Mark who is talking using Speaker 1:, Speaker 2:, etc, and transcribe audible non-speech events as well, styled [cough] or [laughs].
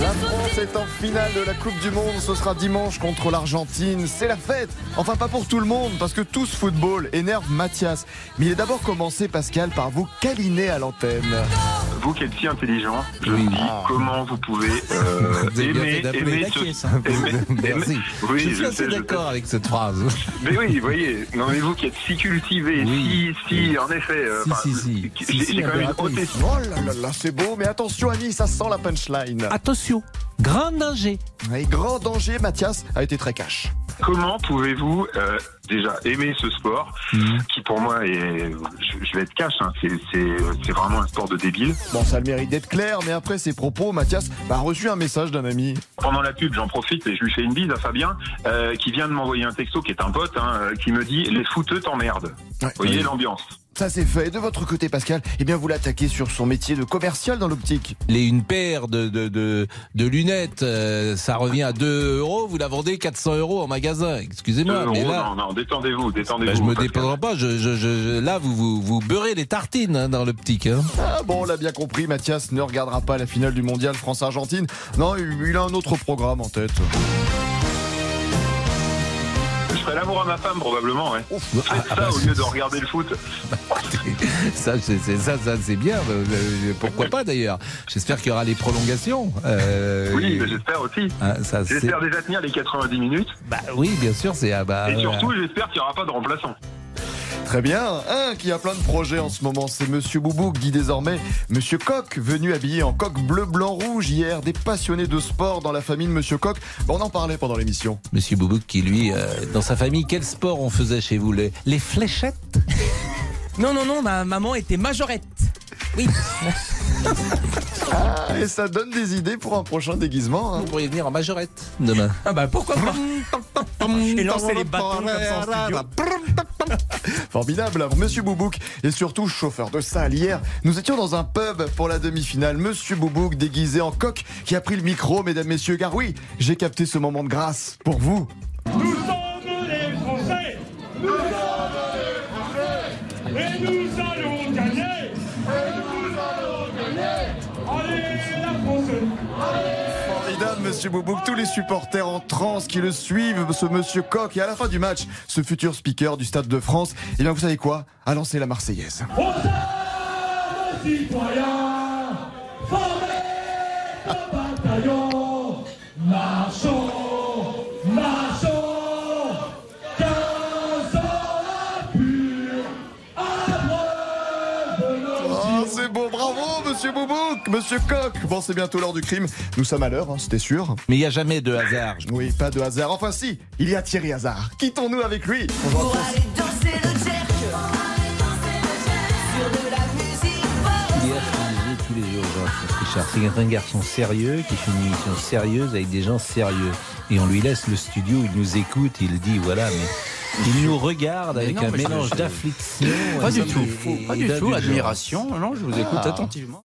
Speaker 1: La France est en finale de la Coupe du Monde. Ce sera dimanche contre l'Argentine. C'est la fête. Enfin, pas pour tout le monde, parce que tout ce football énerve Mathias. Mais il est d'abord commencé, Pascal, par vous câliner à l'antenne.
Speaker 2: Vous qui êtes si intelligent, je me dis comment vous pouvez euh,
Speaker 3: Ah. [laughs] Vous avez bien fait
Speaker 2: aimer,
Speaker 3: d'appeler
Speaker 2: aimer
Speaker 3: la
Speaker 2: ce-
Speaker 3: caisse. hein.
Speaker 2: aimer-
Speaker 3: Merci.
Speaker 2: aimer- Oui,
Speaker 3: je suis
Speaker 2: je
Speaker 3: assez
Speaker 2: sais, je
Speaker 3: d'accord avec cette phrase.
Speaker 2: Mais oui, vous voyez, non mais vous qui êtes si cultivé,
Speaker 3: Oui.
Speaker 2: si, si, en effet. euh,
Speaker 3: Si,
Speaker 2: enfin,
Speaker 3: si, si.
Speaker 2: j'ai-
Speaker 3: Si, si,
Speaker 2: J'ai quand même une
Speaker 3: impératrice.
Speaker 2: haute estime.
Speaker 1: Oh là là là, c'est beau, mais attention, Annie, ça sent la punchline.
Speaker 3: Attention, grand danger.
Speaker 1: Et grand danger, Mathias a été très cash.
Speaker 2: Comment pouvez-vous euh, déjà aimer ce sport
Speaker 3: Mhm.
Speaker 2: qui pour moi est, je, je vais être cash, hein, c'est- c'est c'est vraiment un sport de débile.
Speaker 1: Bon, ça a le mérite d'être clair, mais après ces propos, Mathias bah, a reçu un message d'un ami.
Speaker 2: Pendant la pub, j'en profite et je lui fais une bise à Fabien euh, qui vient de m'envoyer un texto qui est un pote hein, euh, qui me dit les fouteux t'emmerdent.
Speaker 1: Ouais.
Speaker 2: Vous voyez l'ambiance.
Speaker 1: Ça c'est fait. Et de votre côté, Pascal, eh bien vous l'attaquez sur son métier de commercial dans l'optique.
Speaker 3: Les une paire de, de, de, de lunettes, euh, ça revient à 2 euros. Vous la vendez 400 euros en magasin. Excusez-moi,
Speaker 2: Deux
Speaker 3: mais
Speaker 2: euros,
Speaker 3: là.
Speaker 2: non, non, détendez-vous, détendez-vous.
Speaker 3: bah, je me
Speaker 2: Pascal.
Speaker 3: dépendrai pas. Je, je, je- je- là, vous, vous, vous beurrez les tartines hein, dans l'optique. Hein.
Speaker 1: Ah bon, on l'a bien compris, Mathias ne regardera pas la finale du mondial France-Argentine. Non, il a un autre programme en tête.
Speaker 2: Je ferai l'amour à ma femme probablement. Ouais. Faites
Speaker 3: Ah,
Speaker 2: ça au lieu de regarder le foot.
Speaker 3: Ça, bah, c'est c'est- ça, ça, c'est bien. euh, euh, Pourquoi pas d'ailleurs J'espère qu'il y aura les prolongations. euh,
Speaker 2: Oui,
Speaker 3: et-
Speaker 2: mais j'espère aussi.
Speaker 3: hein, ça, c'est-
Speaker 2: J'espère déjà tenir les 90 minutes.
Speaker 3: bah, oui, bien sûr, c'est ah, bah,
Speaker 2: et
Speaker 3: voilà.
Speaker 2: surtout, j'espère qu'il n'y aura pas de remplaçant.
Speaker 1: Très bien. Un qui a plein de projets en ce moment, c'est Monsieur Boubou qui dit désormais Monsieur Coq, venu habillé en coq bleu, blanc, rouge hier, des passionnés de sport dans la famille de Monsieur Coq. Bah, on en parlait pendant l'émission.
Speaker 3: Monsieur Boubouk qui lui, euh, dans sa famille, quel sport on faisait chez vous les, les fléchettes
Speaker 4: Non, non, non, ma maman était majorette. Oui.
Speaker 1: Ah, et ça donne des idées pour un prochain déguisement. hein.
Speaker 3: Vous pourriez venir en majorette demain.
Speaker 4: Ah bah pourquoi
Speaker 5: [laughs]
Speaker 4: pas Et lancer les bâtons comme ça en studio.
Speaker 1: [laughs] Formidable, alors, Monsieur Boubouk et surtout chauffeur de salle. Hier, nous étions dans un pub pour la demi-finale. Monsieur Boubouk déguisé en coq qui a pris le micro, mesdames, messieurs, car oui, j'ai capté ce moment de grâce pour vous.
Speaker 5: Nous sommes les Français Nous sommes les Français Et nous allons gagner Et nous allons gagner Allez la France
Speaker 1: Formidable, Monsieur Boubouk, tous les supporters en transe qui le suivent, ce Monsieur Coq, et à la fin du match, ce futur speaker du Stade de France, et bien vous savez quoi A lancé la Marseillaise.
Speaker 5: Aux les citoyens Formez le bataillon Marchons Marchons Quinze la pure Abreuve nos
Speaker 1: Oh, c'est beau, bravo, Monsieur Boubouk, Monsieur Coq. Bon, c'est bientôt l'heure du crime. Nous sommes à l'heure, hein, c'était sûr.
Speaker 3: [laughs] Mais il n'y a jamais de hasard.
Speaker 1: Oui, pas de hasard. Enfin, si, il y a Thierry Hazard. Quittons-nous avec lui.
Speaker 6: Pour aller danser le jerk Sur de la musique forte.
Speaker 3: Hier, je me disais tous les jours, Jean-François Richard, c'est un garçon sérieux qui fait une émission sérieuse avec des gens sérieux. Et on lui laisse le studio, il nous écoute, il dit voilà, mais il nous regarde avec un mélange d'affliction.
Speaker 7: Pas
Speaker 3: et-
Speaker 7: du tout,
Speaker 3: et-
Speaker 7: pas
Speaker 3: et
Speaker 7: du tout,
Speaker 3: d'indulgence.
Speaker 7: admiration. Non, je vous écoute attentivement.